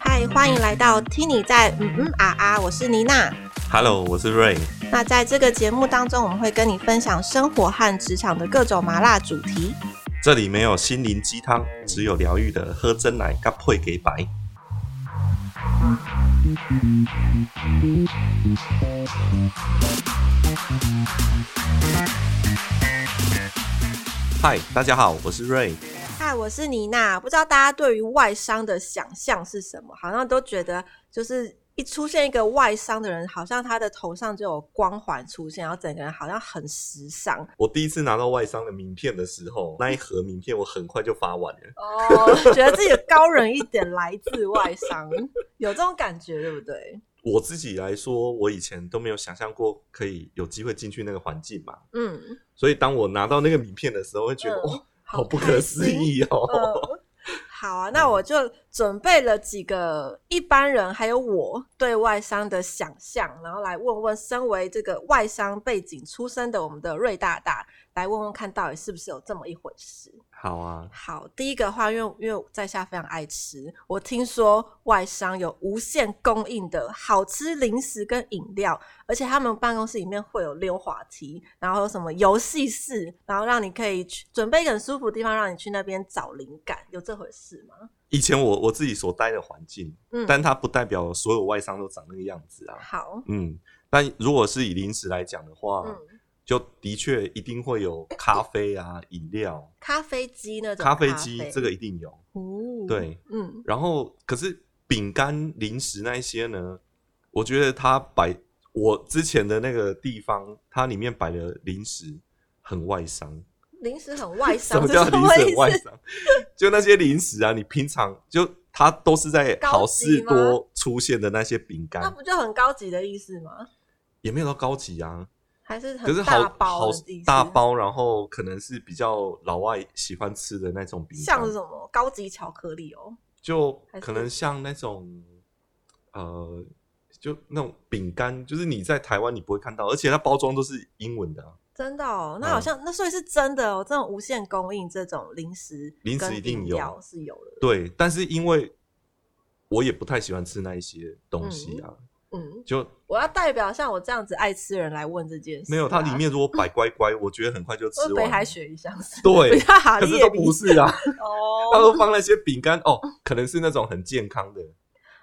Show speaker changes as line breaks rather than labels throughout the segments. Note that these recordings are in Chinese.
嗨，欢迎来到听你在嗯嗯啊啊，我是妮娜。
Hello，我是 Ray。
那在这个节目当中，我们会跟你分享生活和职场的各种麻辣主题。
这里没有心灵鸡汤，只有疗愈的喝真奶搭配给白。嗨，大家好，我是 Ray。
嗨，我是妮娜。不知道大家对于外商的想象是什么？好像都觉得就是一出现一个外商的人，好像他的头上就有光环出现，然后整个人好像很时尚
我第一次拿到外商的名片的时候，那一盒名片我很快就发完了。
哦， 觉得自己高人一点，来自外商，有这种感觉对不对？
我自己来说，我以前都没有想象过可以有机会进去那个环境嘛，
嗯，
所以当我拿到那个名片的时候，会觉得
嗯
哇、好哦不可思
开心
议哦。
呃好啊，那我就准备了几个一般人还有我对外商的想象，然后来问问身为这个外商背景出身的我们的瑞大大，来问问看到底是不是有这么一回事。
好啊，
好，第一个话，因为因为我在下非常爱吃，我听说外商有无限供应的好吃零食跟饮料，而且他们办公室里面会有溜滑梯，然后有什么游戏室，然后让你可以去准备一个很舒服的地方，让你去那边找灵感，有这回事吗？
以前我我自己所待的环境，
嗯，
但它不代表所有外商都长那个样子啊。
好，
嗯，那如果是以零食来讲的话，
嗯，
就的确一定会有咖啡啊、饮料、
咖啡机那种
咖
啡
啡机，这个一定有。
哦，
对，
嗯，
然后可是饼干、零食那一些呢，我觉得它摆我之前的那个地方，它里面摆的零食很外商。
零食很 外
什
商，
么
这
叫
是
零
什
食很
么
外
意思？
商？就那些零食啊，你平常就它都是在好事
高级
多出现的那些饼
那
干，
不就很高级的意思吗？
也没有到高级啊。
还是
可是
很
好
大包
好
的意思？
大包，然后可能是比较老外喜欢吃的那种饼
像
干
是，什么高级巧克力哦，
就
还是
可能像那种呃，就那种饼干，就是你在台湾你不会看到，而且它包装都是英文的啊、
真的哦，那好
嗯
像、那所以是真的哦，这种无限供应这种零食
零食
跟
一定
饮
有
料是有的，
对，但是因为我也不太喜欢吃那一些东西啊，
嗯，
就
我要代表像我这样子爱吃的人来问这件事、
没有它里。面如果摆乖乖，我觉得很快就
是
吃
北
完
海
了。
雪鱼香是
对
比较好
可是都不是啊，它
哦
都放那些饼干哦，可能是那种很健康的，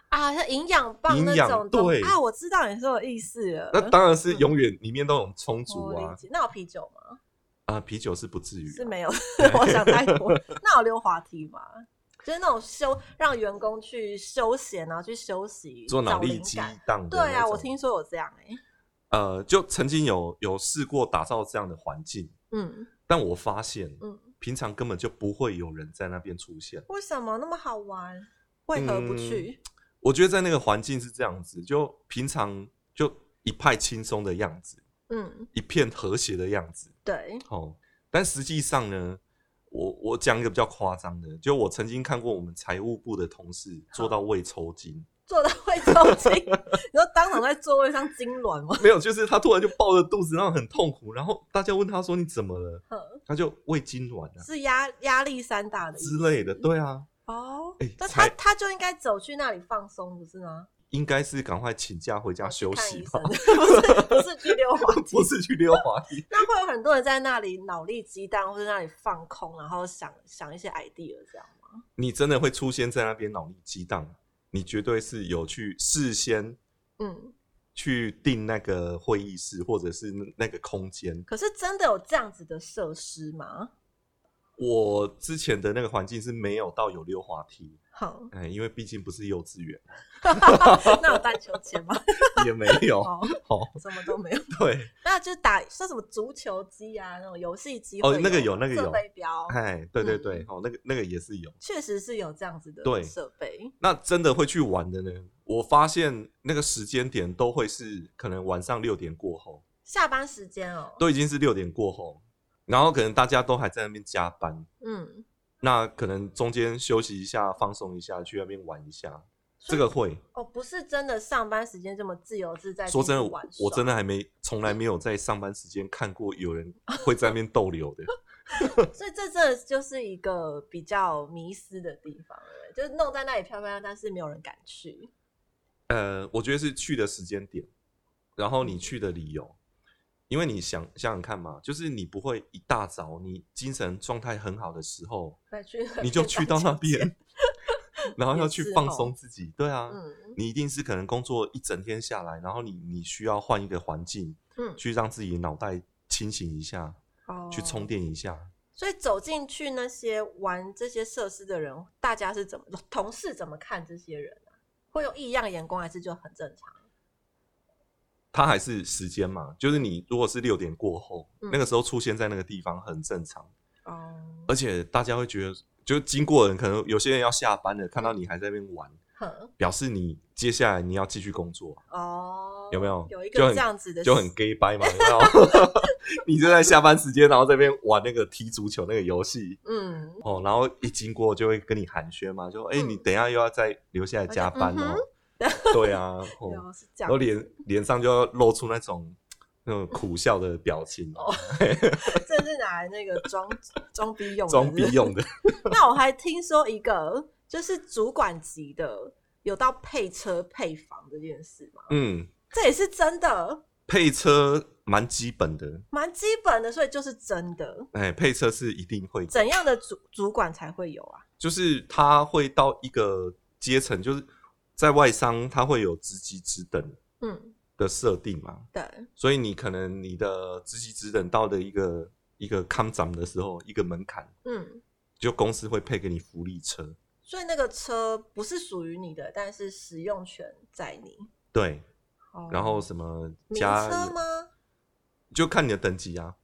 啊，像营养棒
营
那
养
种东
对
啊，我知道你说的意思了。
那当然是
嗯
永远里面都有充足
我理
啊
解。那有啤酒吗？
啊，啤酒是不至于啊、
是 没有，我想太多。那有溜滑梯吗？就是那种休让员工去休闲，然后去休息，
做脑
找
力
灵
激
感。
荡的
对
那种。
啊，我听说有这样哎、
呃，就曾经有有试过打造这样的环境，
嗯
但我发现
嗯，
平常根本就不会有人在那边出现。
为什么那么好玩？为何
嗯
不去？
我觉得在那个环境是这样子，就平常就一派轻松的样子，
嗯，
一片和谐的样子。
对，
哦，但实际上呢，我我讲一个比较夸张的，就我曾经看过我们财务部的同事做到胃抽筋，
坐到会抽筋，你说当场在座位上痉挛吗？
没有，就是他突然就抱着肚子，然后很痛苦，然后大家问他说你怎么了，
嗯
他就胃痉挛啊
是压压力山大的意思
之类的，对啊，
哦
哎。
那他
才
他就应该走去那里放松，不是吗？
应该是赶快请假回家
哦去
休
看
息
医
吧
生，， 不是不是去溜滑梯
不，是去溜滑梯。
那会有很多人在那里脑力激荡，或者那里放空，然后想想一些 idea 这样吗？
你真的会出现在那边脑力激荡，你绝对是有去事先
嗯，
去定那个会议室或者是那个空间。
可是真的有这样子的设施吗？
我之前的那个环境是没有到有溜滑梯，
好
，哎，因为毕竟不是幼稚园，
那有荡秋千吗？
也没有
哦，
哦。
什么都没有，
对，
那就打像什么足球机啊，那种游戏机
哦
会
那个有那个有
设备标，
哎，对对
嗯
对，哦，那个那个也是有。
确实是有这样子的
对
设备。
那真的会去玩的呢？我发现那个时间点都会是可能晚上六点过后，
下班时间哦，
都已经是六点过后，然后可能大家都还在那边加班，
嗯，
那可能中间休息一下，放松一下，去那边玩一下，这个会。
哦，不是真的上班时间这么自由自在。
说真的，
自己
我
玩
我真
的
的还没从来没有在上班时间看过有人会在那边逗留的。
所以这这就是一个比较迷失的地方，对不对就是弄在那里漂漂亮，但是没有人敢去。
呃，我觉得是去的时间点，然后你去的理由，因为你想想想看嘛，就是你不会一大早你精神状态很好的时候，
那去
你就去到那边，然后要
也
去
是
放
吼
松自己。对啊，
嗯
你一定是可能工作一整天下来，然后你你需要换一个环境，
嗯，
去让自己脑袋清醒一下，
哦
去充电一下。
所以走进去那些玩这些设施的人，大家是怎么同事怎么看这些人啊？会用异样眼光，还是就很正常？
它还是时间嘛，就是你如果是六点过后，
嗯
那个时候出现在那个地方很正常，
哦，
而且大家会觉得，就经过的人可能有些人要下班了，看到你还在那边玩，
哼，
表示你接下来你要继续工作啊，
哦，
有没有
有一
就
个
很
这样子的，
就很 gay 掰嘛，有没有？ 你就在下班时间，然后在那边玩那个踢足球那个游戏
嗯，
哦，然后一经过就会跟你寒暄嘛，就哎、
嗯
你等一下又要再留下来加班哦，对 啊，哦
有是这样
然后。脸脸上就要露出那种那种苦笑的表情，
哦这是拿来那个装装逼用的，
装逼用 的。
是不是。那我还听说一个，就是主管级的有到配车配房这件事嘛，
嗯，
这也是真的，
配车蛮基本的，
蛮基本的，所以就是真的。
哎，配车是一定会，
怎样的主主管才会有啊？
就是他会到一个阶层，就是在外商，他会有职级职等
嗯，
的设定嘛，
对，
所以你可能你的职级职等到的一个一个康长的时候，一个门槛，
嗯，
就公司会配给你福利车，
所以那个车不是属于你的，但是使用权在你。
对，
哦
然后什么
名
加
车，吗？
就看你的等级啊，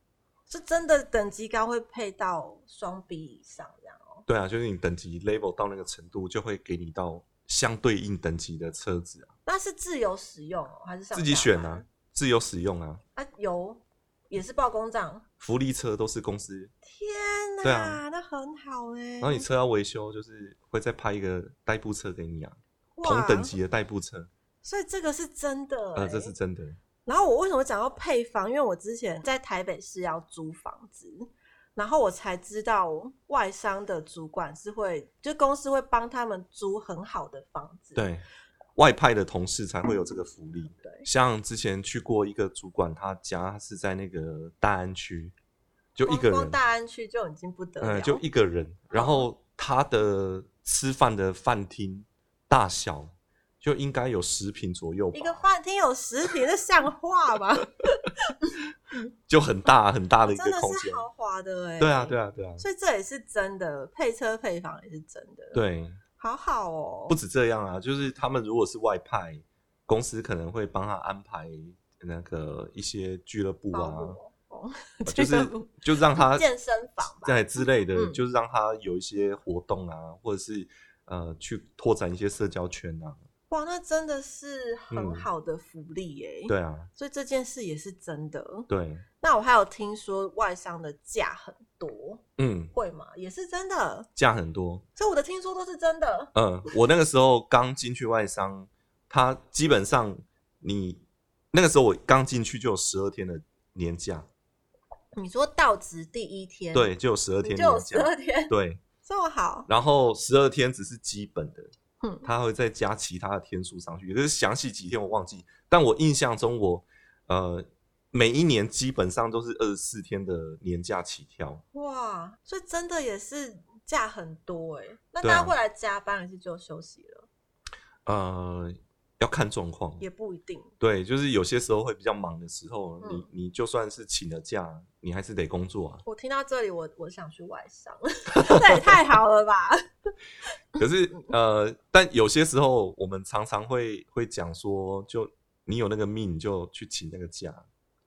是真的等级高会配到双 B 以上这样哦。
对啊，就是你等级 level 到那个程度，就会给你到相对应等级的车子啊，
那是自由使用哦，还是上
自己
下
选
班
啊，自由使用啊。
啊，有也是报公账。
福利车都是公司，
天
对
哪，
啊
那很好哎、欸。
然后你车要维修，就是会再派一个代步车给你啊，
哇
同等，级的代步车，
所以这个是真的、欸。
呃，这是真的。
然后我为什么讲到配房？因为我之前在台北市要租房子，然后我才知道外商的主管是会，就公司会帮他们租很好的房子。
对，外派的同事才会有这个福利。
嗯对
像之前去过一个主管，他家是在那个大安区，就一
光
个
光
人，
大安区就已经不得了，
呃，就一个人。然后他的吃饭的饭厅大小就应该有十平左右吧
一，个饭厅有十平，这像话 吗？
就很大很大的一
哦真
个
的
空
是
间。
豪华的哎、
对啊，对
啊。
啊，对啊，
所以这也是真的，配车配房也是真的。，
对。
好好哦。
不止这样啊，就是他们如果是外派，公司可能会帮他安排那个一些俱乐部
保
啊，
姆哦，
就
俱乐
是
部
就让他
健身房吧。
在之类的，
嗯
就是让他有一些活动啊，或者是呃去拓展一些社交圈啊。
哇，那真的是很
嗯
好的福利欸耶、
对啊，
所以这件事也是真的。
对，
那我还有听说外商的假很多，
嗯，
会吗？也是真的。
价很多。
所以我的听说都是真的。
嗯，我那个时候刚进去外商，他基本上你那个时候我刚进去就有十二天的年假，
你说到职第一天，，
对，就有十二
你
天
就有
年
十二
假，
天，
对。
这么好。
然后十二天只是基本的，
嗯
他会再加其他的天数上去，也就是详细几天我忘记，但我印象中我呃每一年基本上都是二十四天的年假起跳，
哇，所以真的也是假很多哎、那
对啊
大家会来加班还是就休息了？
呃，要看状况，
也不一定。
对，就是有些时候会比较忙的时候，
嗯
你你就算是请了假，你还是得工作啊。
我听到这里我，我想去外商， 这也太好了吧？嗯
可是呃，但有些时候我们常常会会讲说，就你有那个命，你就去请那个假，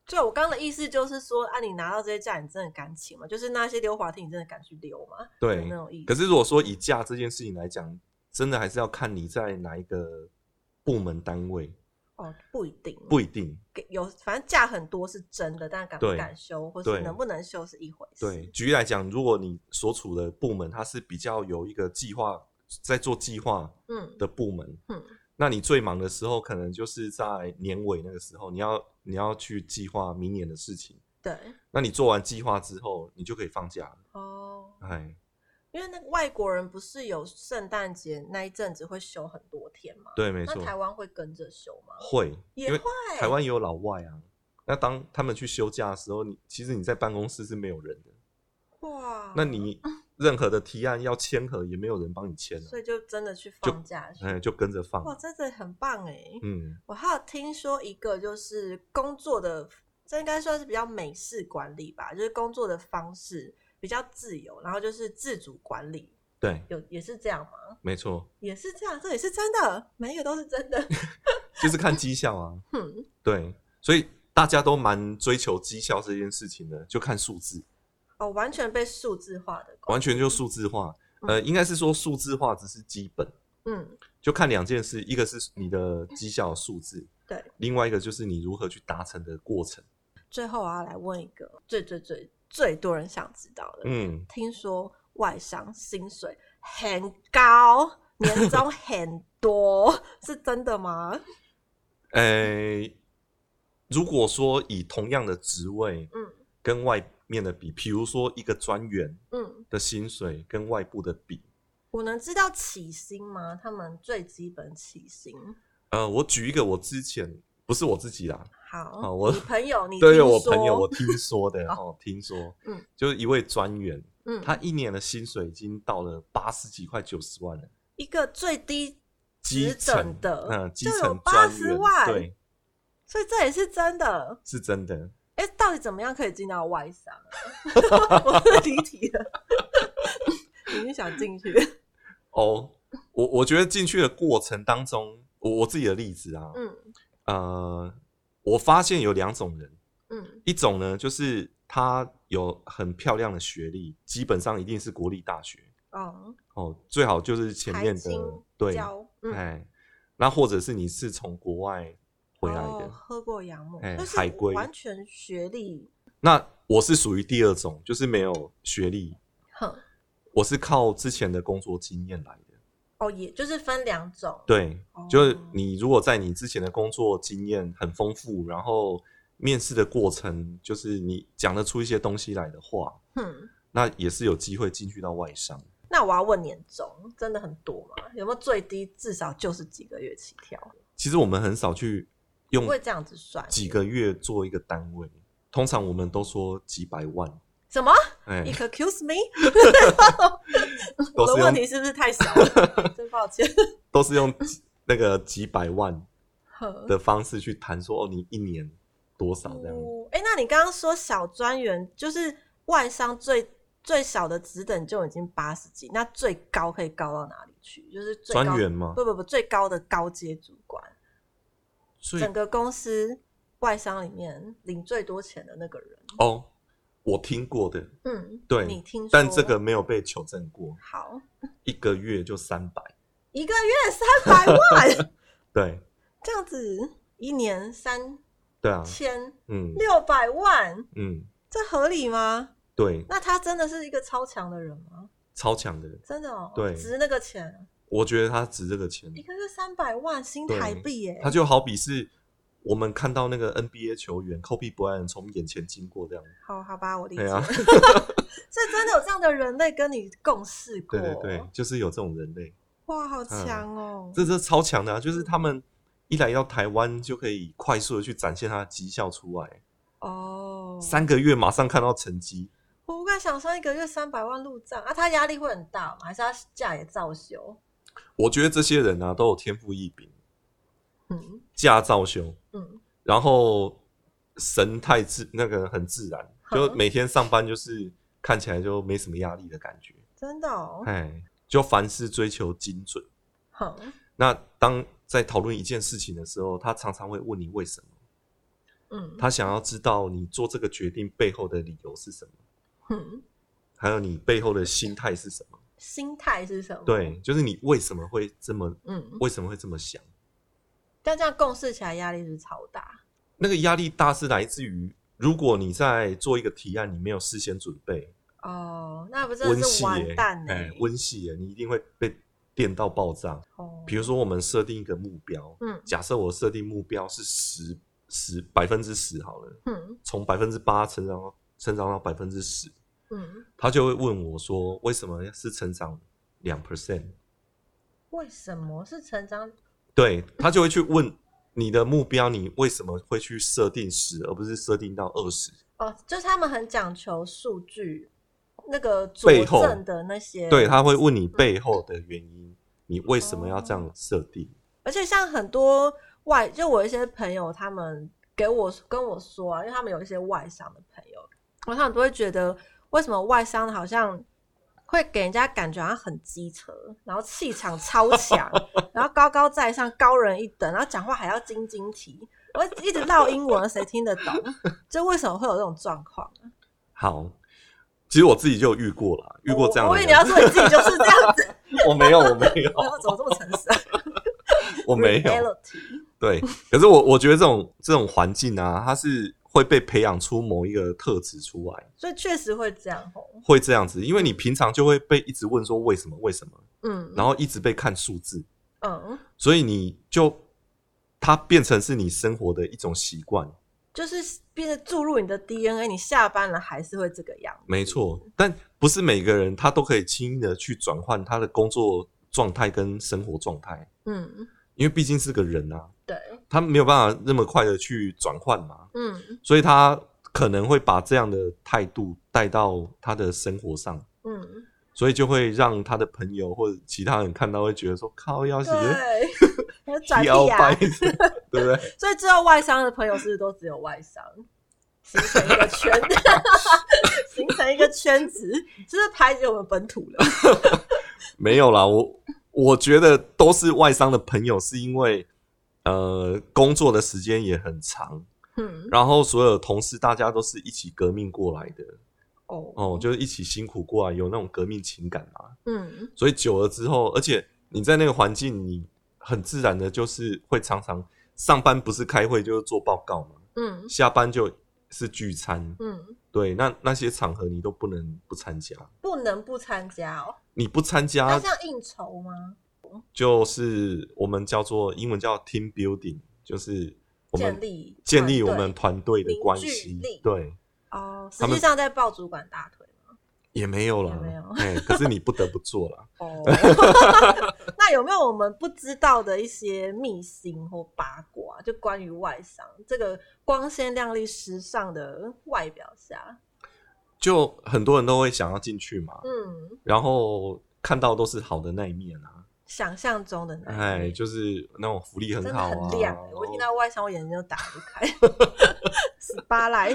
对，我刚刚的意思就是说，啊，你拿到这些假，你真的敢请吗？就是那些溜滑梯，你真的敢去溜吗？
对
就那种意思。
可是如果说以假这件事情来讲，真的还是要看你在哪一个部门单位，
哦，不一定，
不一定。
给有，反正假很多是真的，但敢不
对
敢休，或
对
是能不能休是一回事。
对，，举例来讲，如果你所处的部门它是比较有一个计划在做计划
嗯
的部门，
嗯
那你最忙的时候可能就是在年尾那个时候，你要你要去计划明年的事情。
对
那你做完计划之后，你就可以放假了。
哦，
哎，
因为那个外国人不是有圣诞节那一阵子会休很多天吗？
对，没
那
错，
台湾会跟着休吗？
会，
也
因为
会
台湾也有老外啊。那当他们去休假的时候，你其实你在办公室是没有人的，
哇，
那你任何的提案要签合，也没有人帮你签了、
嗯所以就真的去放假去，
哎，就跟着放。
哇，真的很棒哎！
嗯，
我还有听说一个就是工作的，这应该算是比较美式管理吧，就是工作的方式比较自由，然后就是自主管理，
对，
有也是这样吗？
没错，
也是这样，这也是真的，每一个都是真的。
就是看绩效啊。
哼，
对，所以大家都蛮追求绩效这件事情的，就看数字，
哦，完全被数字化的工，
完全就数字化。呃，应该是说数字化只是基本，
嗯，
就看两件事，一个是你的绩效数字，
对。
另外一个就是你如何去达成的过程。
最后我要来问一个最最最最多人想知道的，
嗯，
听说外商薪水很高，年 终很多，是真的吗？
诶，呃如果说以同样的职位
嗯
跟外面的比，比如说一个专员
嗯，
的薪水跟外部的比，
我能知道起薪吗？他们最基本起薪。
呃，我举一个我之前不是我自己啦，
好，
好我
你朋友，你
对
听
我
说
朋友我听说 的哦，听说，
嗯
就是一位专员，
嗯，
他一年的薪水已经到了八十几块九十万了，
一个最低
基
职
层
等的，
嗯，基
就有
层
八
专
十
员，
万，
对，
所以这也是真的。
是真的，
哎、到底怎么样可以进到外商、啊？ 我是离题了，你是想进去？
哦，我我觉得进去的过程当中，我我自己的例子啊，
嗯
呃，我发现有两种人，
嗯
一种呢就是他有很漂亮的学历，基本上一定是国立大学
哦，
哦，最好就是前面
台
的
青
对，
交嗯
哎，那或者是你是从国外回来的，
哦喝过洋墨，
哎
就是
海归
完全学历，
那我是属于第二种，就是没有学历，
哼，
我是靠之前的工作经验来的。
哦，也就是分两种，
对，
哦，
就是你如果在你之前的工作经验很丰富，然后面试的过程就是你讲得出一些东西来的话，
嗯，
那也是有机会进去到外商。
那我要问年终真的很多吗？有没有最低至少就是几个月起跳？
其实我们很少去用
不会这样子算
几个月做一个单位，通常我们都说几百万，
什么
哎、
？You accuse me？
都
我的
是
问
用
题是不是太小 了？真抱歉。
都是用几那个几百万
哼
的方式去谈说哦，你一年多少这样。
哦，哎、那你刚刚说小专员就是外商最最小的职等就已经八十几，那最高可以高到哪里去？就是最高
专员吗？
不不不，最高的高阶主管，
所以
整个公司外商里面领最多钱的那个人。
哦，我听过的，
嗯，
对
你听说，
但这个没有被求证过，
好，
一个月就三百，
一个月三百万，
对
这样子一年三
对啊，
千
嗯
六百万，
嗯，
这合理吗？
对，
那他真的是一个超强的人吗？
超强的，
真的哦，
对
值那个钱。
我觉得他值这个钱
一，个月三百万新
对
台币耶、
他就好比是我们看到那个 NBA 球员 Kobe Bryant 从眼前经过这样，
好好吧，我理解。
对啊，
所以真的有这样的人类跟你共事过，
对对对，嗯就是有这种人类，
哇，好强哦、
这这超强的啊，就是他们一来到台湾就可以快速的去展现他的绩效出来，
哦，
三个月马上看到成绩，
我不敢想象一个月三百万入账啊，他压力会很大吗？还是他假也照休？
我觉得这些人啊都有天赋异禀，
嗯
驾照修。
嗯，
然后神态自那个很自然，
好
就每天上班就是看起来就没什么压力的感觉，
真的哦、
哎，就凡事追求精准。
哼，
那当在讨论一件事情的时候，他常常会问你为什么，
嗯，
他想要知道你做这个决定背后的理由是什么，
嗯，
还有你背后的心态是什么。
心态是什么？，
对，就是你为什么会这么
嗯，
为什么会这么想？
但这样共事起来压力是不是超大，
那个压力大是来自于，如果你在做一个提案，你没有事先准备，
哦，那不真
温
的是
系
完
耶，哎
蛋呢、欸
哎，温系耶，你一定会被练到爆炸。
哦
比如说，我们设定一个目标，
嗯
假设我设定目标是十十百分之十好了，
嗯
从百分之八成长到成长到百分之十，
嗯，
他就会问我说，为什么是成长两 percent？
为什么是成长？
对他就会去问你的目标，你为什么会去设定十，而不是设定到二十？
哦，就是他们很讲求数据，那个佐
背后
证的那些，
对，他会问你背后的原因，你为什么要这
哦
样设定？
而且像很多外，就我一些朋友，他们给我跟我说啊，因为他们有一些外商的朋友，然后他们都会觉得，为什么外商的好像会给人家感觉好像很机车，然后气场超 强，然后高高在上，高人一等，然后讲话还要晶晶体，然后一直唠英文，谁听得懂？ 就为什么会有这种状况？
好，其实我自己就有遇过了，遇过这样
我
的
我以为
人
你要说你自己就是这样子，
我没有，我没 有，
我怎么这么诚实、啊？
我没有。
Reality
对，可是我我觉得这种这种环境啊，它是会被培养出某一个特质出来，
所以确实会这样吼，
会这样子，因为你平常就会被一直问说为什么为什么，
嗯
然后一直被看数字，
嗯。
所以你就它变成是你生活的一种习惯。
就是变得注入你的 DNA，你下班了还是会这个样子。
没错，但不是每个人他都可以轻易的去转换他的工作状态跟生活状态，
嗯，
因为毕竟是个人啊，
对，
他没有办法那么快的去转换嘛，
嗯
所以他可能会把这样的态度带到他的生活上，
嗯，
所以就会让他的朋友或者其他人看到会觉得说靠要死，
对， 还有转
腰
地
掰
啊。
子， 对不对？
所以之后外商的朋友是不是都只有外商，形成一个圈， 形成一个圈子，就是排挤我们本土了。
没有啦，我我觉得都是外商的朋友，是因为呃工作的时间也很长。
嗯，
然后所有同事大家都是一起革命过来的，
哦，
哦，就是一起辛苦过来，有那种革命情感嘛。
嗯，
所以久了之后，而且你在那个环境，你很自然的就是会常常上班不是开会就是做报告嘛，
嗯
下班就是聚餐，
嗯，
对，那那些场合你都不能不参加，
不能不参加哦。
你不参
那
加
像应酬吗？
就是我们叫做英文叫 team building，就是我们
建立
建立我们
团
团队的
凝
关
聚
系
力，
对。
队哦，实
他们
际上在抱主管大腿。
也没有啦，
也没有
哎、 可是你不得不做啦。
哦， 那有没有我们不知道的一些秘辛或八卦？就关于外商这个光鲜亮丽、时尚的外表下，
就很多人都会想要进去嘛，
嗯，
然后看到都是好的那一面啊，
想象中的那一
哎，
面
就是那种福利很
真的
好啊。
很亮、欸。我一听到外商，我眼睛就打不 开，十八来，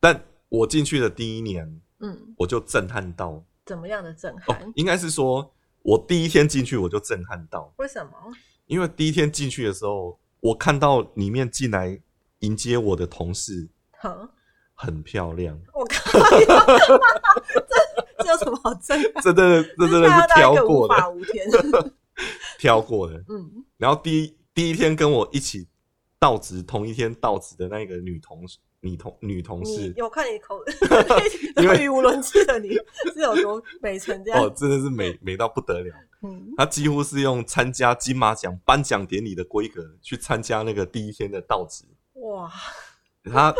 但我进去的第一年，
嗯，
我就震撼到哦，
怎么样的震撼？
应该是说我第一天进去我就震撼到，
为什么？
因为第一天进去的时候，我看到里面进来迎接我的同事
哼，
很漂亮，
我 靠！这这有什么好震撼？
这真的这真的
看
是
到
挑
一个无
过
法
的，
无天。
挑过的。
嗯
然后第一第一天跟我一起到职，同一天到职的那个女同事，女同女同
你
事，
有看你口，
因为
语无伦次的你是有多美成这样？
哦，真的是美美到不得了。
嗯，
她几乎是用参加金马奖颁奖典礼的规格去参加那个第一天的到职，
哇，
她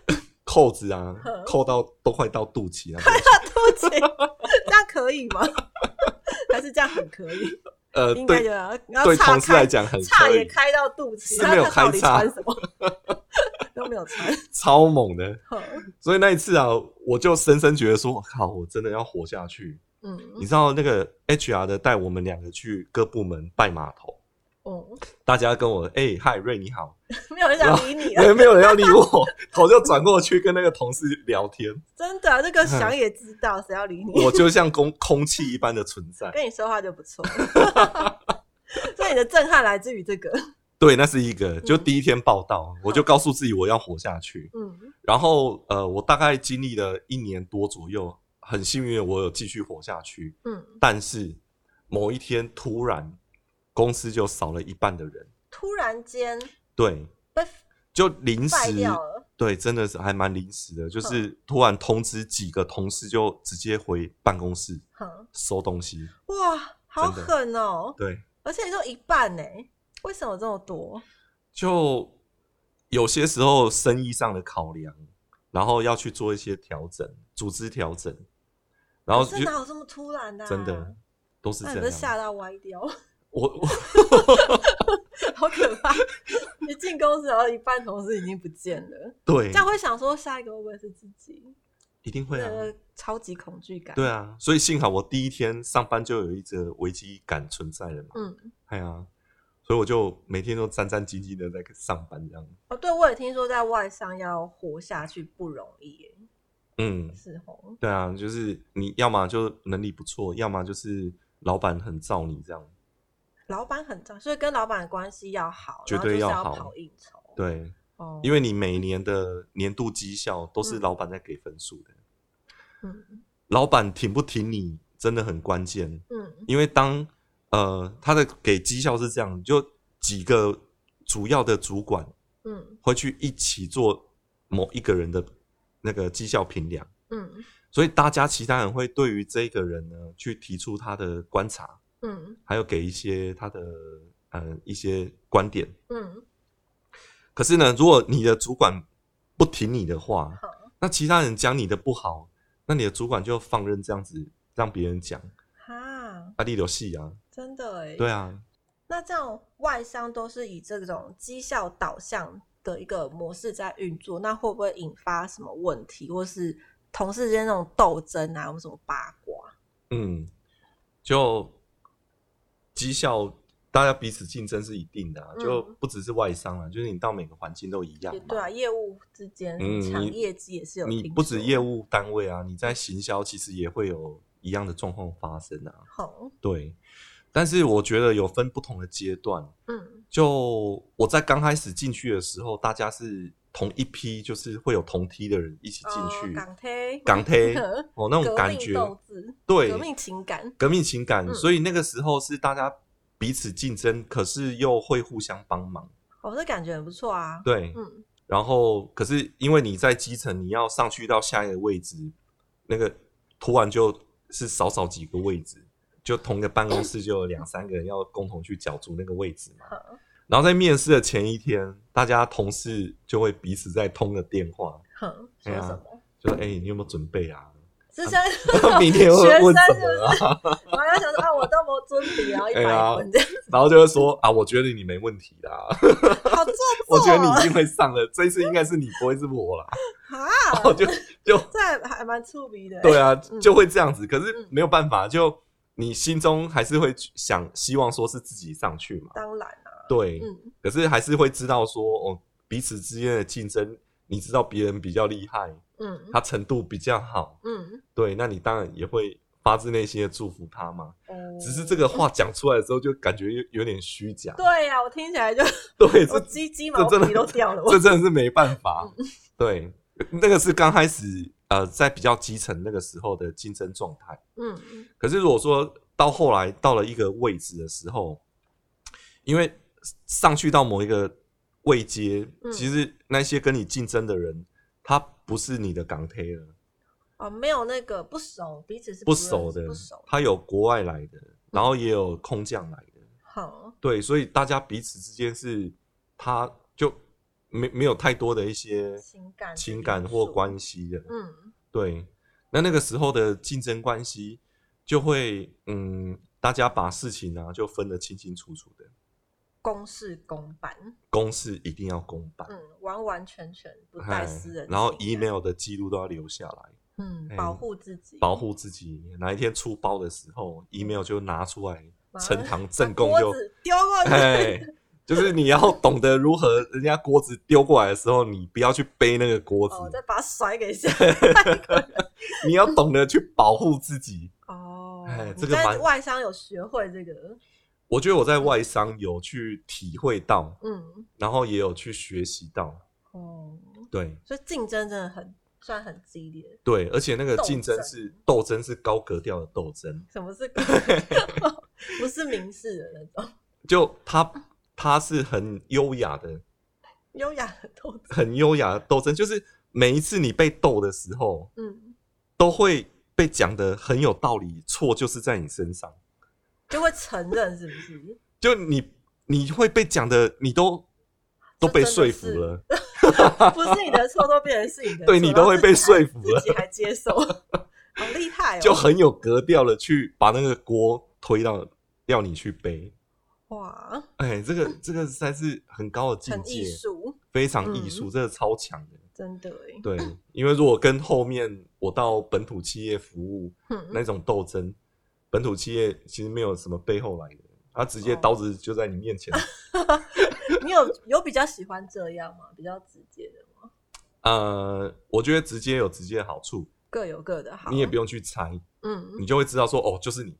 扣子啊扣到都快到肚脐啊 那边去。
对不起，这样可以吗？还是这样很可以？
呃，
应该就
对
要然后
对，
岔
同事
开，
来讲很
叉
可
也
以，
开到肚脐，
是
那
没有
他到底
开叉
穿什么？ 都没有穿。
超猛的。
哼
所以那一次啊，我就深深觉得说，我靠，我真的要活下去。你
嗯，
知道那个 HR 的带我们两个去各部门拜码头。
哦，
大家跟我哎、嗨瑞你 好，
没有人想理你啊！
没没有人要理我，头就转过去跟那个同事聊天，
真的，这个想也知道，谁要理你？
哎我就像空空气一般的存在。
跟你说话就不错。 所以你的震撼来自于这个，
对，那是一个，就第一天报道，我就告诉自己我要活下去。
嗯
然后呃，我大概经历了一年多左右，很幸运地我有继续活下去。
嗯，
但是某一天突然公司就少了一半的人，
突然间
对，
被
就临
败
时
掉了。
对，真的是还蛮临时的，就是突然通知几个同事就直接回办公室
哼，
收东西，
哇，好
真的
狠哦、
对，
而且你说一半呢、为什么这么多？
就有些时候生意上的考量，然后要去做一些调整，组织调整，然后
可
就是
哪有这么突然的、啊？
哦真的都是
那
这
你不是
样。
吓到歪掉，
我我
好可怕！你进公司，然后一半同事已经不见了，
对
这，样会想说下一个会不会是自己？
一定会
那
啊，
个超级恐惧感。
对啊，所以幸好我第一天上班就有一则危机感存在了嘛。
嗯，
哎呀、所以我就每天都战战兢兢的在上班这样。
哦，对，我也听说在外商要活下去不容易耶，
嗯，
是哦。
对啊，就是你要么就能力不错，要么就是老板很罩你这样。
老板很脏，所以跟老板的关系要好，
绝
然后
对
就是
要
要
好
跑应酬。，
对，
哦，
因
为
为你每年的年度绩效都是老板在给分数的，
嗯
老板挺不挺你真的很关键。
嗯
因为当呃他的给绩效是这样，就几个主要的主管
嗯
会去一起做某一个人的那个绩效评量。
嗯
所以大家其他人会对于这个人呢，去提出他的观察，
嗯
还有给一些他的呃一些观点。
嗯，
可是呢，如果你的主管不听你的话
好，
那其他人讲你的不好，那你的主管就放任这样子让别人讲，
哈，
啊，你有戏啊，
真的哎。
对啊，
那这样外商都是以这种绩效导向的一个模式在运作，那会不会引发什么问题，或是同事之间那种斗争啊，或什么八卦？
嗯，就绩效。大家彼此竞争是一定的、啊，
嗯
就不只是外商啊，就是你到每个环境都一样
也
嘛。
对啊，业务之间
嗯
抢
你
业绩也是有听说，
你不止业务单位啊，你在行销其实也会有一样的状况发生啊。
好，
对，但是我觉得有分不同的阶段。
嗯
就我在刚开始进去的时候，大家是同一批，就是会有同梯的人一起进
哦
去，
港台
港 梯哦那
革
种
命
感觉，
斗志，
对
革命情感，
革命情感。
嗯
所以那个时候是大家彼此竞争，可是又会互相帮忙。
哦，这感觉很不错啊。
对，
嗯，
然后可是因为你在基层，你要上去到下一个位置，那个突然就是少少几个位置，就同一个办公室就有两三个人要共同去角逐那个位置嘛。
好，
然后在面试的前一天，大家同事就会彼此在通个电话，
好，说
哎呀
什么？
就说：“哎、你有没有准备啊？
是像
明天会
学生
问
是不
什么啊
是？ 我还要想说啊，我都没有尊比，然后一
哎呀
百分这样，？”
然后就会说：“啊，我觉得你没问题啦，
好做作
我
哦。
觉得你一定会上 的，这一次应该是你，不会是我啦。
啊，”
然后就就
这还还蛮触鼻的。
对，啊，
嗯
就会这样子。可是
嗯
没有办法，就你心中还是会想希望说是自己上去嘛。
当然啊，
对，
嗯
可是还是会知道说哦，彼此之间的竞争，你知道别人比较厉害，
嗯
他程度比较好，
嗯，
对，那你当然也会发自内心的祝福他嘛。
哦
只是这个话讲出来的时候，就感觉有有点虚假。
对啊呀，我听起来就我
对，这
鸡鸡
这
毛
真的
皮都掉了。我
这真的是没办法。对，那个是刚开始呃，在比较基层那个时候的竞争状态。
嗯
可是如果说到后来到了一个位置的时候，因为上去到某一个位阶，
嗯
其实那些跟你竞争的人，他不是你的港铁了，
哦，没有那个不熟，彼此是
不
认识
熟的
不熟，。
他有国外来的，然后也有空降来的，
好，
对，所以大家彼此之间是，他就没没有太多的一些
情感的
情
因
感或
素
关系的，
嗯
对，那那个时候的竞争关系就会，嗯，大家把事情啊就分得清清楚楚的，
公事公办，
公事一定要公办，
嗯，完完全全不带
嗨
私人情感，
哎然后 email 的记录都要留下来，
嗯
哎
保护自己，
保护自己哪一天出包的时候，email
嗯
就拿出来，
马上
呈堂证供
把
就
啊锅，子丢过 去，
哎，就是你要懂得如何人家锅子丢过来的时候，你不要去背那个锅
哦，
子，
再把它甩给下
哎你要懂得去保护自己。
哦
哎，
你
这个
在
蛮
外商有学会这个，
我觉得我在外商有去体会到，
嗯，
然后也有去学习到，
哦，
对
所以竞争真的很算很激烈。
对，而且那个竞
斗
争
争
是斗争是高格调的斗争，
什么 是不是明示的那种
就他他是很优雅的，
优雅的斗志？
很优雅的斗争，就是每一次你被斗的时候，
嗯，
都会被讲的很有道理，错就是在你身上，
就会承认是不是？
就你你会被讲的，你都都被说服
真的
了，
不是你的错，都变成是你的错，
对你
然后
都会
自
被
己还
说服了
自己还接受，好厉害哦！
就很有格调了，去把那个锅推到要你去背。
哇，
哎，这个这个实在是很高的境
很
界
艺，术，嗯
非常艺术，这个超强的。
真的哎。
对，因为如果跟后面我到本土企业服务
嗯，
那种斗争，本土企业其实没有什么背后来的，他直接
哦
刀子就在你面前。
你有有比较喜欢这样吗？比较直接的，
呃，我觉得直接有直接的好处，
各有各的好。
你也不用去猜，
嗯，
你就会知道说哦，就是 你。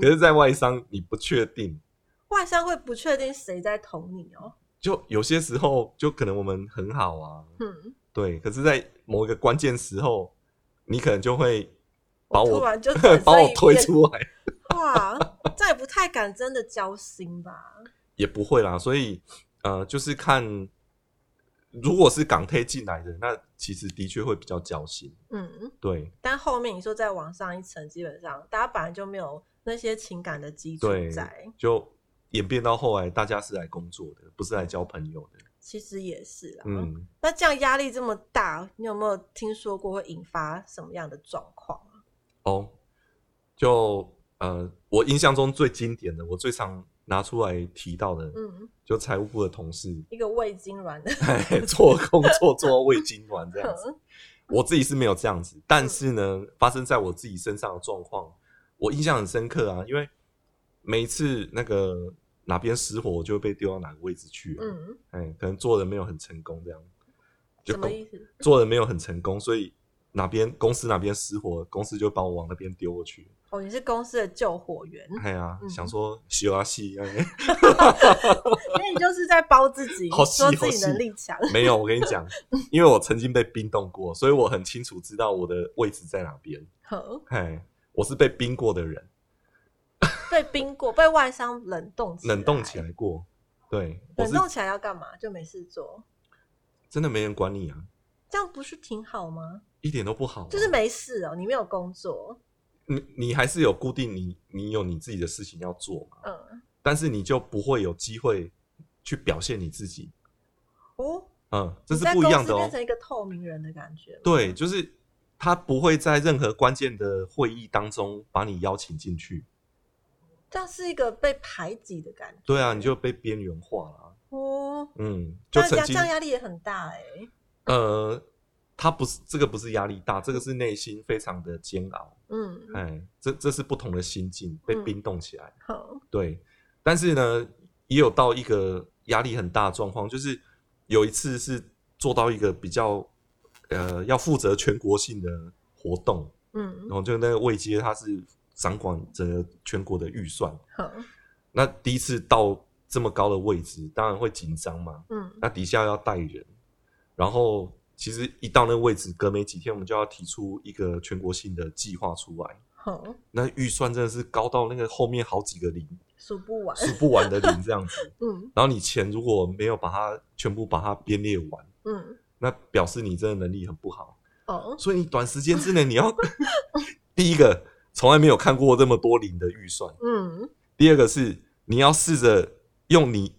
可是，在外商你不确定，
外商会不确定谁在捅你哦。
就有些时候就可能我们很好啊，
嗯，
对，可是，在某一个关键时候，你可能就会把我
突然就
把我
转身
推
一
出来，
变哇，这也不太敢真的交心吧？
也不会啦。所以，呃，就是看，如果是港推进来的，那其实的确会比较交心。
嗯，
对
但后面你说再往上一层，基本上大家本来就没有那些情感的基础
对
在，，
就演变到后来，大家是来工作的，不是来交朋友的。
其实也是啦。
嗯，
那这样压力这么大，你有没有听说过会引发什么样的状况啊？
哦，就呃，我印象中最经典的，我最常拿出来提到的，
嗯，
就财务部的同事
一个胃痉挛的，
哎 做工作做到胃痉挛 这样子。
嗯
我自己是没有这样子，但是呢，发生在我自己身上的状况，我印象很深刻啊，因为每一次那个哪边失火，我就会被丢到哪个位置去、啊，
嗯，
哎、可能做的没有很成功，这样，就
什么
公
意思？
做的没有很成功，所以哪边公司哪边失火，公司就把我往那边丢过去，
哦，你是公司的救火员，
哎呀、
嗯
想说洗啊洗，哎
所以你就是在包自己，
好细
说自
好
己
细
能力 强。
没有，我跟你讲，因为我曾经被冰冻过，所以我很清楚知道我的位置在哪边，
哼
哎，我是被冰过的人。
被冰过，被外伤冷冻起来，
冷冻起，来过。对，我
冷
是
冻起来要干嘛？就没事做，
真的没人管你啊，
这样不是挺好吗？
一点都不好啊、
就是没事哦，你没有工作，
你，你还是有固定你，你有你自己的事情要做嘛，
嗯，
但是你就不会有机会去表现你自己。
哦，
嗯，这是
你在
不一
公
样
司
的哦
变。成一个透明人的感觉，，
对，就是他不会在任何关键的会议当中把你邀请进去。
这样是一个被排挤的感觉，
对啊，你就被边缘化了。啊
哦，
嗯，就
那这
曾
样这
经
样压力也很大哎、
呃，他不是这个不是压力大，这个是内心非常的煎熬。
嗯，
哎，这这是不同的心境被
嗯
冰冻起来。
好，
对，但是呢，也有到一个压力很大的状况，就是有一次是做到一个比较呃要负责全国性的活动，
嗯
然，后就那个位阶它是掌管整个全国的预算，
好，
那第一次到这么高的位置，当然会紧张嘛，
嗯，
那底下要带人，然后。其实一到那个位置，隔没几天我们就要提出一个全国性的计划出来。
好，
那预算真的是高到那个后面好几个零，
数不完，
数不完的零这样子。
嗯
然后你钱如果没有把它全部把它编列完，
嗯，
那表示你真的能力很不好。
哦，
所以你短时间之内你要 第一个从来没有看过这么多零的预算，
嗯，
第二个是你要试着用你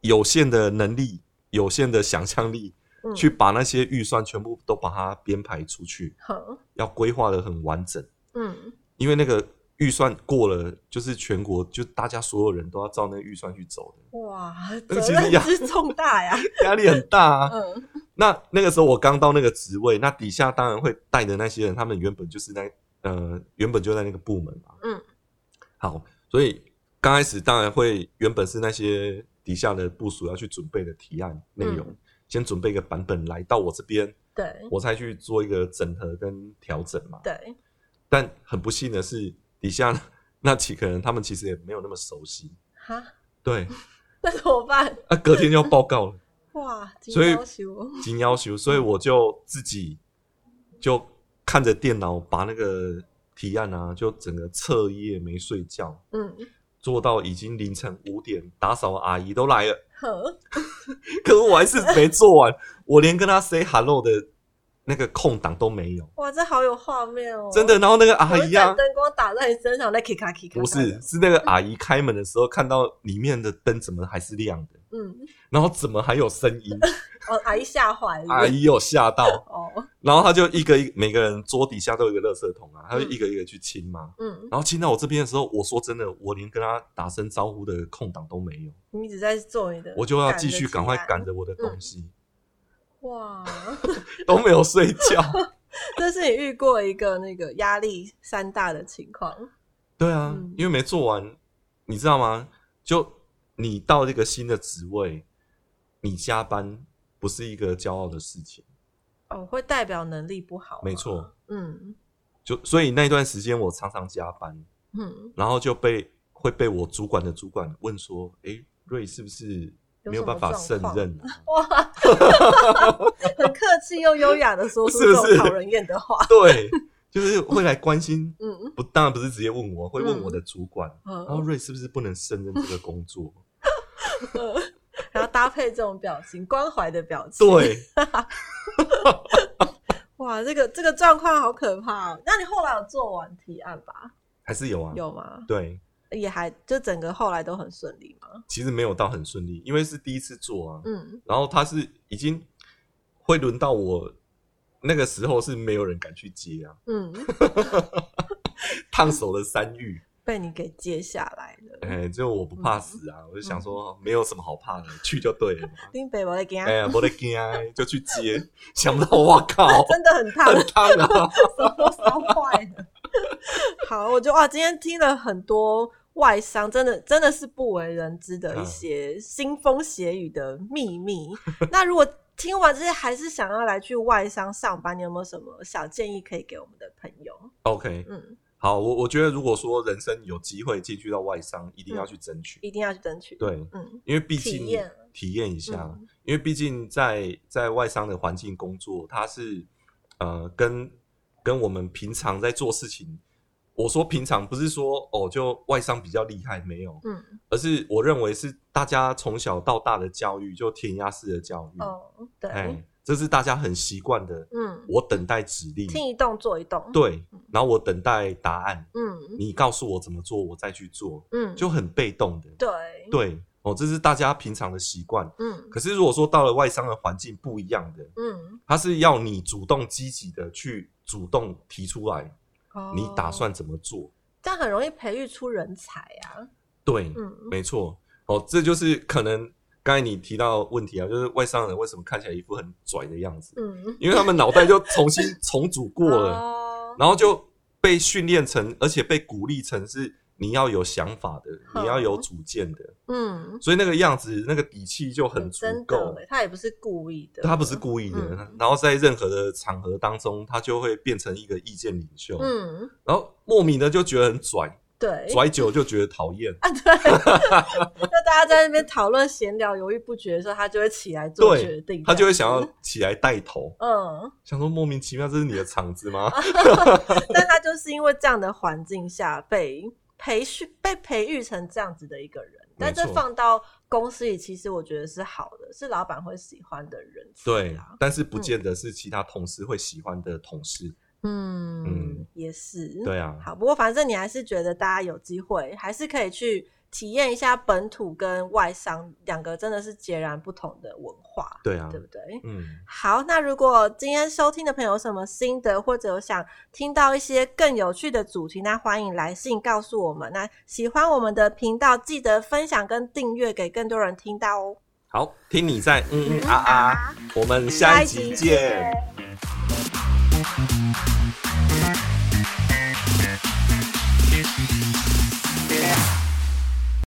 有限的能力、有限的想象力
嗯
去把那些预算全部都把它编排出去，
好，
要规划的很完整，
嗯
因为那个。预算过了，就是全国，就大家所有人都要照那个预算去走
哇，
那
责
个其实
任
压
之重大呀！
的，压力很大 啊。
嗯
那那个时候我刚到那个职位，那底下当然会带的那些人，他们原本就是那呃原本就在那个部门嘛。
嗯，
好，所以刚开始当然会原本是那些底下的部署要去准备的提案内容，
嗯
先准备一个版本来到我这边，
对
我才去做一个整合跟调整嘛。
对，
但很不幸的是，底下那几个人他们其实也没有那么熟悉，
哈，
对，
那怎么办？
啊，隔天就要报告 了。
哇，金
所以
要求，哦
紧要求，所以我就自己就看着电脑把那个提案啊，就整个彻夜没睡觉，
嗯，
做到已经凌晨五点，打扫阿姨都来了，
呵，
可是我还是没做完，我连跟她 say hello 的那个空档都没有，
哇，这好有画面哦！
真的。，然后那个阿
我会
姨啊
等，灯光打在你身上，在 k 卡 k 卡。
不是，是那个阿姨开门的时候看到里面的灯怎么还是亮的，
嗯，
然后怎么还有声音，
哦，阿姨吓坏了。
阿姨有吓到，
哦，
然后她就一个一个每个人桌底下都有一个垃圾桶啊，她就一个一个去清嘛。
嗯，
然后清到我这边的时候，我说真的，我连跟她打声招呼的空档都没有，
你一直在做你的，
我就要继续赶快赶
着
着我的东西，
提案。哇，
都没有睡觉。
这是你遇过一个那个压力山大的情况。
对啊
嗯，
因为没做完，你知道吗？就你到这个新的职位，你加班不是一个骄傲的事情，
哦，会代表能力不好。啊
没。错。
嗯
就所以那段时间我常常加班，
嗯，
然后就被会被我主管的主管问说：“诶，瑞是不是没有办法胜任、 啊
很客气又优雅的说出这
是不
种
是。
讨人厌的话？”
对，就是会来关心，
嗯
不当然不是直接问我，会问我的主管，然后
嗯，
瑞是不是不能胜任这个工作？
然后搭配这种表情，关怀的表情。。
对，
哇，这个这个状况好可怕哦！那你后来有做完提案吧？
还是有啊，
有吗？
对，
也还就整个后来都很顺利吗？
其实没有到很顺利，因为是第一次做啊，
嗯，
然后他是已经会轮到我那个时候是没有人敢去接啊，
嗯，
烫手的山芋。
被你给接下来了。
哎、就我不怕死啊，我就
嗯
想说没有什么好怕的，去就对 了嘛。
丁北宝在给他
哎、呀，我的惊啊，就去接，想不到我靠，
真的很烫，
很烫啊！
手都烧坏了。 好，我就哇，今天听了很多外商，真的真的是不为人知的一
嗯
些腥风血雨的秘密。 那如果听完这些还是想要来去外商上班，你有没有什么小建议可以给我们的朋友？
OK，
嗯，
好，我我觉得如果说人生有机会进去到外商，一定要去争取。
一定要去争取。，
对，
嗯
因为毕竟
体验
体验一下，
嗯
因为毕竟在在外商的环境工作，它是呃跟跟我们平常在做事情，我说平常不是说哦就外商比较厉害没有，
嗯。
而是我认为是大家从小到大的教育，就填鸭式的教育，
哦，对，
哎，这是大家很习惯的。
嗯，
我等待指令，
听嗯一动做一动，，
对，然后我等待答案，
嗯
你告诉我怎么做，我再去做，
嗯，
就很被动的。
对，
对，哦，这是大家平常的习惯。
嗯
可是如果说到了外商的环境不一样的，
嗯，
它是要你主动积极的去主动提出来，
哦
你打算怎么做？
这样很容易培育出人才啊，
对，
嗯
没错。哦，这就是可能刚才你提到的问题啊，就是外商人为什么看起来一副很拽的样子？
嗯，
因为他们脑袋就重 新重组过了，
哦
然后就被训练成，而且被鼓励成是你要有想法的，你要
哦
有主见的，
嗯，
所以那个样子那个底气就很足
真的。
够
欸耶，他也不是故意的，
他不是，故意的，
嗯
然后在任何的场合当中，他就会变成一个意见领袖，
嗯，哎
然后莫名的就觉得很拽，
对，
拽久就觉得 讨厌，
啊，对，就大家在那边讨论闲聊、犹豫不决的时候，他就会起来做决
对
定，，
他就会
这
想
样
要
子。
起来带头，
嗯，
想说莫名其妙这是你的场子 吗？
但他就是因为这样的环境下被培训、被培育成这样子的一个人，但这
没错
放到公司里，其实我觉得是好的，是老板会喜欢的人才
对
啊，
但是不见得是其他同事会喜欢的同事，
嗯
嗯
也是，
对啊，
好，不过反正你还是觉得大家有机会，还是可以去体验一下本土跟外商两个真的是截然不同的文化，
对啊
对，不对？
嗯，
好，那如果今天收听的朋友有什么心得，或者有想听到一些更有趣的主题，那欢迎来信告诉我们。那喜欢我们的频道，记得分享跟订阅给更多人听到哦。
好，听你在嗯嗯啊啊，我们下一集见。